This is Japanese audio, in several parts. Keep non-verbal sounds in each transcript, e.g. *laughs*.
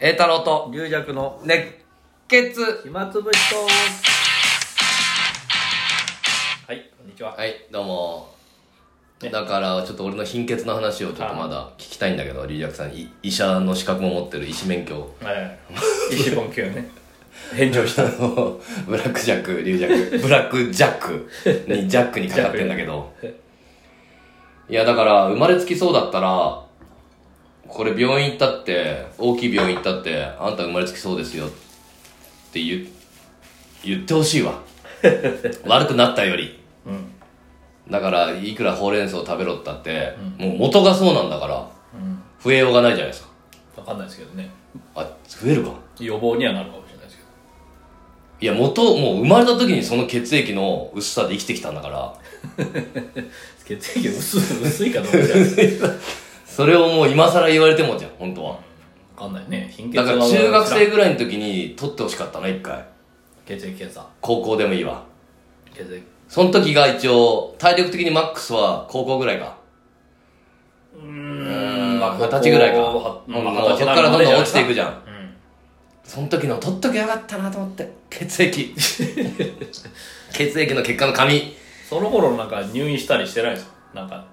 栄太郎と龍弱の熱血暇つぶしとはいこんにちは、はいどうもねだからちょっと俺の貧血の話をちょっとまだ聞きたいんだけど龍クさんい医者の資格も持ってる医師免許ええ *laughs* 一本級ね返上した *laughs* ブラックジャック龍クブラックジャックにジャックにかかってんだけどいやだから生まれつきそうだったらこれ病院行ったって大きい病院行ったってあんた生まれつきそうですよって言言ってほしいわ悪くなったよりうんだからいくらほうれん草食べろったって、もう元がそうなんだからうん増えようがないじゃないですか分かんないですけどねあ増えるか予防にはなるかもしれないですけどいや元もう生まれた時にその血液の薄さで生きてきたんだ *laughs* から血液薄い薄いかどうかじゃないですかそれをもう今更言われてもじゃん本当は分かんないね貧血だはから中学生ぐらいの時に取ってほしかったな一回血液検査高校でもいいわ血液その時が一応体力的にマックスは高校ぐらいかううんんまあ二十歳ぐらいか、うんもうそっからどんどん落ちていくじゃんうんその時の取っときゃよかったなと思って血液 *laughs* 血液の結果の紙その頃なんか入院したりしてないですかなんか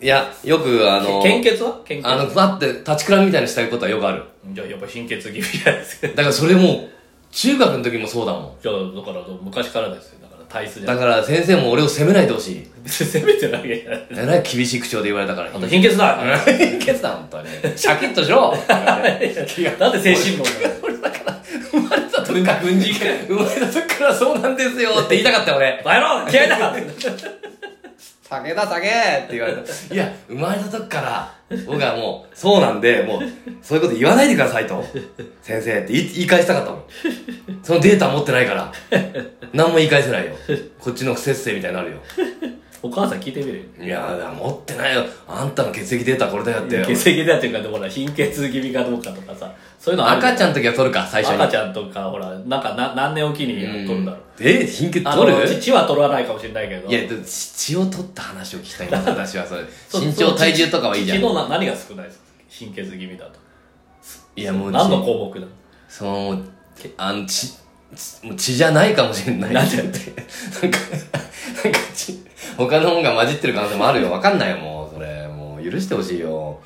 いや、よくあの、献血は献血あの、ふわって立ちくらみみたいにしたいことはよくある。じゃあやっぱ貧血気味じゃないですかだからそれもう、中学の時もそうだもじゃあだから昔からですよだから体質ん。じゃだなから先生も俺を責めないでほしい。くて *laughs* 攻めてるわけじゃないえらい厳しい口調で言われたから。あと貧血だ貧 *laughs* 血だ、本当に。シャキッとし *laughs* ろ *laughs* なんで精神論なの生まれた時から軍事生まれた時からそうなんですよって言いたかったよ俺。バイロン嫌いだ酒だ、酒って言われ *laughs* た。いや、生まれた時から、僕はもう、そうなんで、もう、そういうこと言わないでくださいと。先生って言い言い返したかったもん。そのデータ持ってないから、何も言い返せないよ。こっちの不節制みたいになるよ。 *laughs* お母さん聞いてみるいやー、持ってないよ。あんたの血液データこれだよって。血液だっていうかでもほら貧血気味かどうかとかさそういうのある赤ちゃんの時は取るか、最初に。赤ちゃんとかほらなんかな何年おきに取るだろうえ貧血あ取のる血は取らないかもしれないけどいや、でも血を取った話を聞きたいんだ、私はそれ。そう身長、体重とかはいいじゃん血。のな何が少ないですか貧血気味だといや、もう、何の項目だそのあの血血もう血じゃないかもしれないなんでなんかなんか血他のもんが混じってる可能性もあるよわかんないよもうそれもう許してほしいよ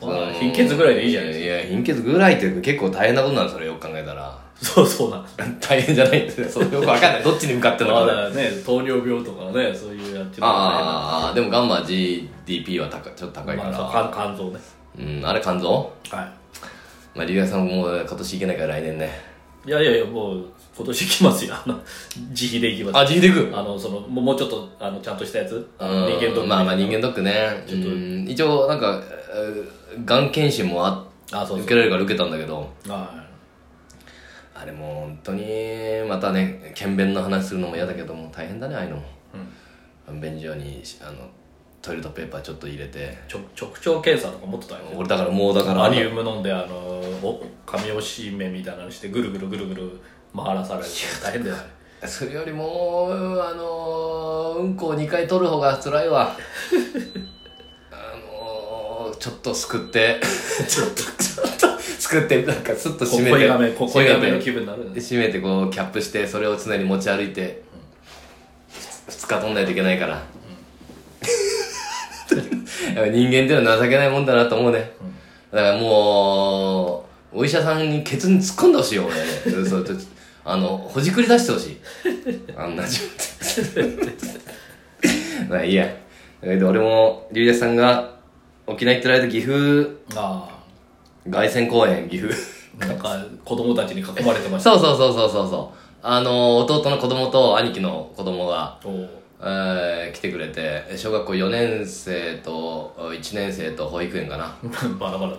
まそあの貧血ぐらいでいいじゃないいやいや貧血ぐらいって結構大変なことなんですそれよく考えたらそうそうなんです大変じゃないんですよそうよくわかんないどっちに向かってんのまかあだなからね糖尿病とかねそういうやつのがあーあーあーでもガンマ GDP は高いちょっと高ねいかまら、あそう肝肝臓ねうんあれ肝臓はまあ竜也さんももう今年行けないから来年ねいいやいやいやもう今年行きますよあの自費で行きあます GD 行くあのそのもうもうちょっとあのちゃんとしたやつ人うん間とまあまあ人間ドックねちょっとうん一応なんかえーがん検診もああそう受そけうられるから受けたんだけどはあれもう本当にまたね検便の話するのも嫌だけども大変だねああいうのもい、うん、便所にあのトイレットペーパーちょっと入れてちょ直腸検査とか持ってたよね俺だからもうだからアリウム飲んであのお髪をしめみたいなのしてぐるぐるぐるぐる回らされる大変だよねそれよりもあのーうんこを2回取る方が辛いわあのーちょっとすくって *laughs* ちょっとちょっとすくってなんかスッとこ締めて恋がめこ恋が締めめての気分になるよでね閉めてこうキャップしてそれを常に持ち歩いて2日取んないといけないからやっぱ人間っていうのは情けないもんだなと思うねだからもうお医者さんにケツに突っ込んでほしいよ俺はねそうそうあのほじくり出してほしいあんな状態まあいいやで俺も龍也さんが沖縄行ってられた岐阜あ凱旋公園岐阜あなんか子供たちに囲まれてましたそうそうそうそうそうそう。あの、弟の子供と兄貴の子供が、おう *laughs* えー来てくれて、小学校4年生と1年生と保育園かな。バラバラ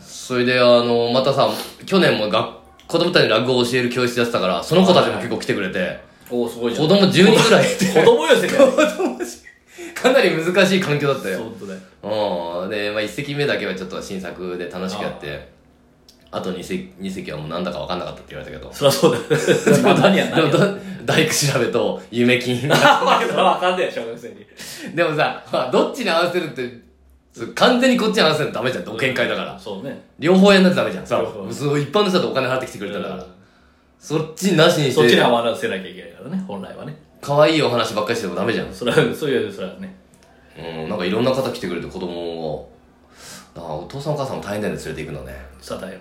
それで、あの、またさ、去年もが子供たちに落語を教える教室やってたから、その子たちも結構来てくれて、おおすごいじゃ子ん供10人ぐらいい子て、供寄せ *laughs* だよかなり難しい環境だったよ。本当だようん。で、まあ、1席目だけはちょっと新作で楽しくやって、あと2席 ,2 席はもうなんだか分かんなかったって言われたけど。そりゃそうだよな何や何でもやど *laughs* 大工調べと夢金あまあそれはわかんないよ小学生にでもさ、ほらどっちに合わせるってそれ完全にこっちに話せるのダメじゃん同見会だからそうね両方やんないとダメじゃんさ両方そう一般の人だとお金払ってきてくれたからそっちなしにしそっちにて合わせなきゃいけないからね本来はね可愛いお話ばっかりしてもダメじゃんそれはそういうそれはねうんなんかいろんな方来てくれて子供をだからお父さんお母さんも大変だよね連れて行くのねさだよ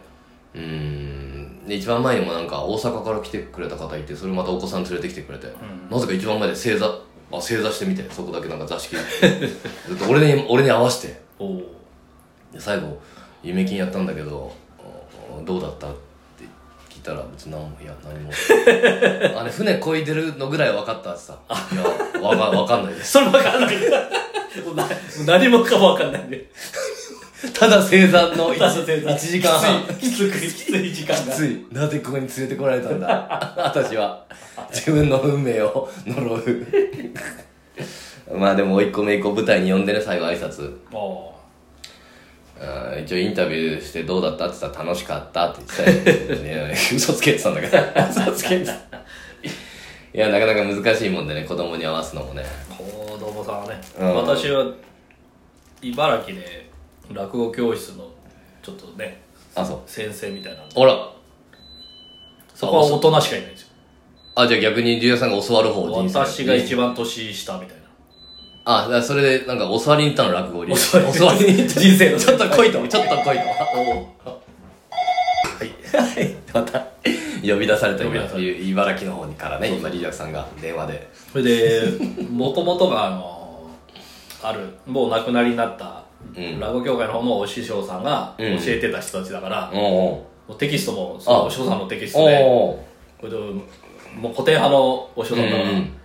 うんで一番前にもなんか大阪から来てくれた方いてそれまたお子さん連れてきてくれて、んなぜか一番前で正座あ正座してみてそこだけなんか座敷 *laughs* ずっと俺に俺に合わせておおで最後夢金やったんだけどあどうだったって聞いたら別に何もいや何 *laughs* もあれ船こいでるのぐらい分かったってさいやわか分かんないですそれ分かんないもうなもう何もかも分かんないんでただ正座の一 1, 一時間半きついきつくきつい時間がきついなぜここに連れてこられたんだ私は自分の運命を *laughs* 呪うまあでも甥っ子姪っ子舞台に呼んでね最後挨拶おあー一応インタビューしてどうだったって言ったら楽しかったって言ってたよいや嘘つけてたんだけど嘘つけてたいやなかなか難しいもんでね子供に合わすのもねお子供さんはね、うん私は茨城で落語教室のちょっとねあそう先生みたいなのあらそこは大人しかいないんですよあじゃあ逆に竜也さんが教わる方人生私が一番年下みたいなあだからそれでなんか教わりに行ったの落語に教わりに教わりに行った人生のちょっと来いとちょっと来いとははいい、また呼び出された呼び今出され茨城の方にからねそうそう今リーダーさんが電話でそれで *laughs* もともとがあのあるもう亡くなりになったうん落語協会の方のお師匠さんが教うんえてた人たちだから、おうもうテキストもそあのお師匠さんのテキスおトでおうこれでもう固定派のお師匠さんだから、うんうん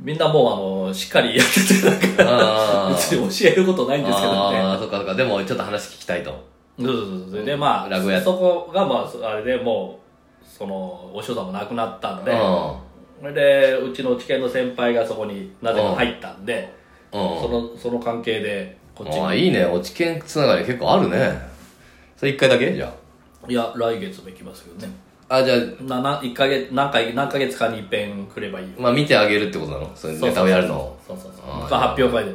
みんなもうあのしっかりやっててなんかあー別に教えることないんですけどねああそっかそっかでもちょっと話聞きたいとそうそうそうそれでま落語やあそこがまああれでもうそのお師匠さんも亡くなったんで、それでうちの知見の先輩がそこになぜか入ったんで、うんうんそのその関係でこっちああにいいね落ち券つながり結構あるねそれ1回だけじゃいや来月も行きますけどねああじゃあなな一ヶ月何回何ヶ月かに一遍来ればいいよまあ見てあげるってことなのそれそうそうそうネタをやるのをそうそうそうあーが発表会で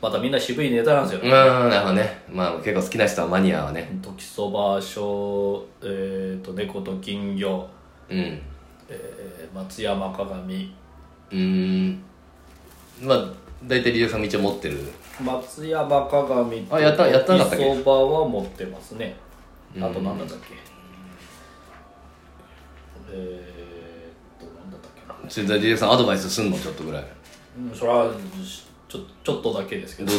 またみんな渋いネタなんですよ、うんなるほどねまあ結構好きな人はマニアはね時そば小えっ、と猫と金魚、うんえー松山鏡うーんまあ大体リーダーさんも一応持ってる松山鏡とあやったやったなかったっけ時そばは持ってますねあと何だったっけえー、っと何だったっけなそれでリーダーさんアドバイスすんのちょっとぐらいうんそれはしちょちょっとだけですけどど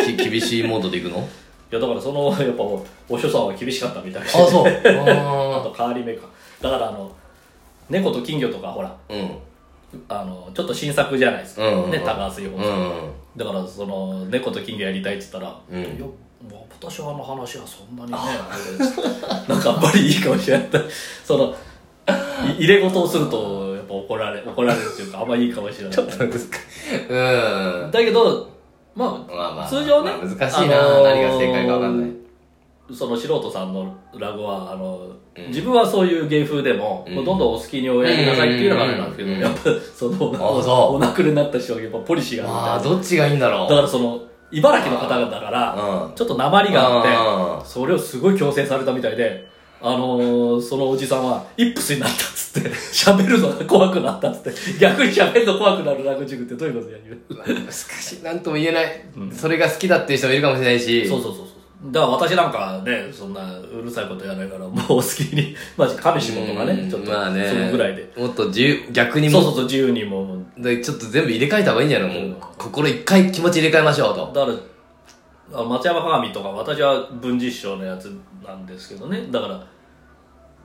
いうき *laughs* 厳しいモードでいくのやだからそのやっぱおお師匠さんは厳しかったみたいであそう *laughs* ああと変わり目かだからあの猫と金魚とかほらー *laughs* うんあのちょっと新作じゃないですか、うんうんうんね高橋本うさん、んだからその猫と金魚やりたいって言ったら、うんいやまあ私はあの話はそんなにねなんかあんまりいいかもしれないそのい入れ事をするとやっぱ怒られ怒られるっていうかあんまりいいかもしれないうん難しいうんだけどまあまあまあ通常ねまあ難しいな、あのー何が正解か分かんないその素人さんのラゴはあの、自分はそういう芸風でも、んもうどんどんお好きにおやりなさいっていうのがあれなんですけど、うんやっぱそのあそうお亡くなりになった人はやっぱポリシーがまああるみたいどっちがいいんだろなうだからその茨城の方々だから、うんちょっと鉛がああってそれをすごい強制されたみたいであのーそのおじさんはイップスになったっつって *laughs* 喋るのが怖くなったっつって逆に喋るの怖くなる落塾ってどういうことやる難しいなんとも言えない、それが好きだっていう人もいるかもしれないしそうそうそうそうだから私なんかねそんなうるさいことやらないからもうお好きに *laughs* まあ神仕事がうねんちょっと、まあねそのぐらいでもっと自由逆にもそうそうそう自由にもうでちょっと全部入れ替えた方がいいんじゃないのもう心一回気持ち入れ替えましょうとだからあ松山鏡とか私は文治師匠のやつなんですけどねだから、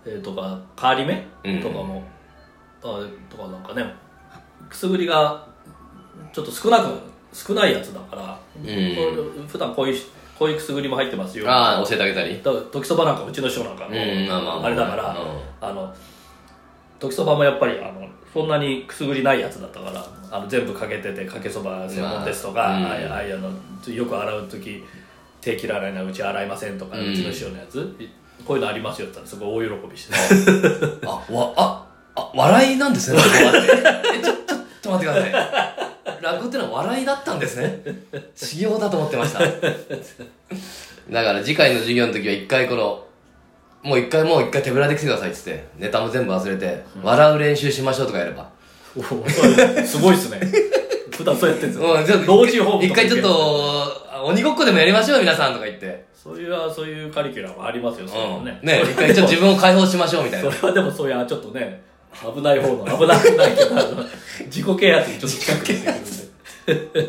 えーとか変わりうん目とかも、あとかなんかねくすぐりがちょっと少なく少ないやつだから、ん普段こういうこういうくすぐりも入ってますよああ教えてあげたりだから時そばなんかうちの師匠なんかもうんまあまあまああれだからうんあの時そばもやっぱりあのそんなにくすぐりないやつだったからあの全部かけててかけそば専門ですとか、まああうんあいうああいうあのよく洗う時手切らないなうち洗いませんとか、ううんちの師匠のやつこういうのありますよって言ったらすごい大喜びしてあ、わ、あ、あ、笑いなんですね、そこは。え、ちょ、ちょっと待ってください。落語ってのは笑いだったんですね。修行だと思ってました。だから次回の授業の時は一回この、もう一回もう一回手ぶらで来てくださいっつって、ネタも全部忘れて、笑う練習しましょうとかやれば。おー *laughs* すごいっすね。普段そうやってんすよ。うん、ちょっと、老人ホーム一とか回行ちけょっばと、鬼ごっこでもやりましょうよ皆さんとか言って。そういう、そういうカリキュラムありますよ、そういううのん。ねね。一回ちょっと自分を解放しましょうみたいそなれ。はでもそういう、ちょっとね、危ない方の、危なくないけど、あ *laughs* の自己啓発にちょっと近くなってくる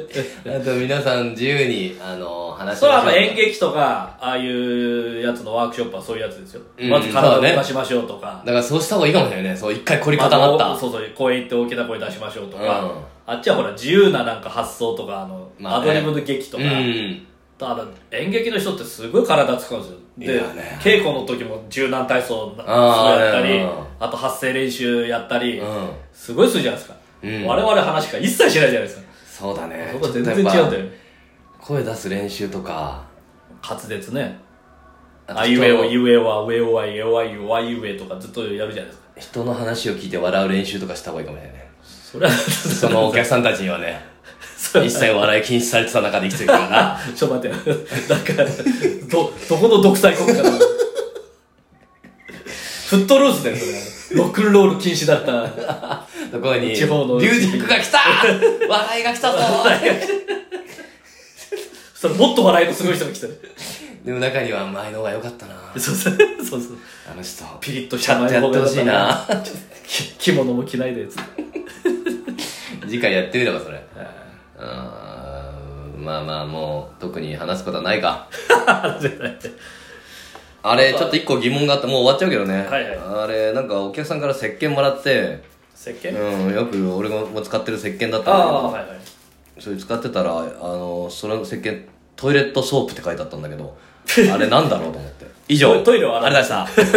んで。あと皆さん自由に、あの、話しそれはまあう演劇とか、ああいうやつのワークショップはそういうやつですよ。うんまず体を動かしましょうとか。だからそうした方がいいかもしれないね。そう、一回凝り固まった。まあそうそう、公園行って大きな声出しましょうとか。うんあっちはほら、自由ななんか発想とか、あの、まあアねドリブの劇とか。うん。ただ演劇の人ってすごい体使うんですよいでやね稽古の時も柔軟体操なあーやったりうんあと発声練習やったり、うん。すごいするじゃないですか、うん我々話が一切しないじゃないですかそうだね。そこは全ちょっ然違うんとやっぱだよね声出す練習とか。滑舌ねあとあいうえお人のゆえはうえおはえおはゆおはゆえとかずっとやるじゃないですか人の話を聞いて笑う練習とかした方がいいかもしれないね。それはそのお客さんたちには *laughs* ね、それ一は切笑い禁止されてた中で生きてるからな。ちょっと待ってなんかどどこの独裁国家なのフットルースだよそれロックンロール禁止だったそ *laughs* こに、ミュ地方のージックが来た *laughs* 笑いが来 *laughs* たぞそれもっと笑いのすごい人が来てる。でも中には前の方が良かったな。そうそう。そうそう。あの人。ピリッとしちゃたんとやってほしいな。き着物も着ないで、つって。次回やってみればそれ。うーん。まあまあもう、特に話すことはないか。あれ、ちょっと一個疑問があった。もう終わっちゃうけどね。はいはいあれ、なんかお客さんから石鹸もらって、石う鹸ん、よく俺も使ってる石鹸だったんだけああど、ー、はいはい。それ使ってたら、あの、その石鹸、トイレットソープって書いてあったんだけど、あれなんだろうと思って。以上。 *laughs* トイレを洗うありがとうございました。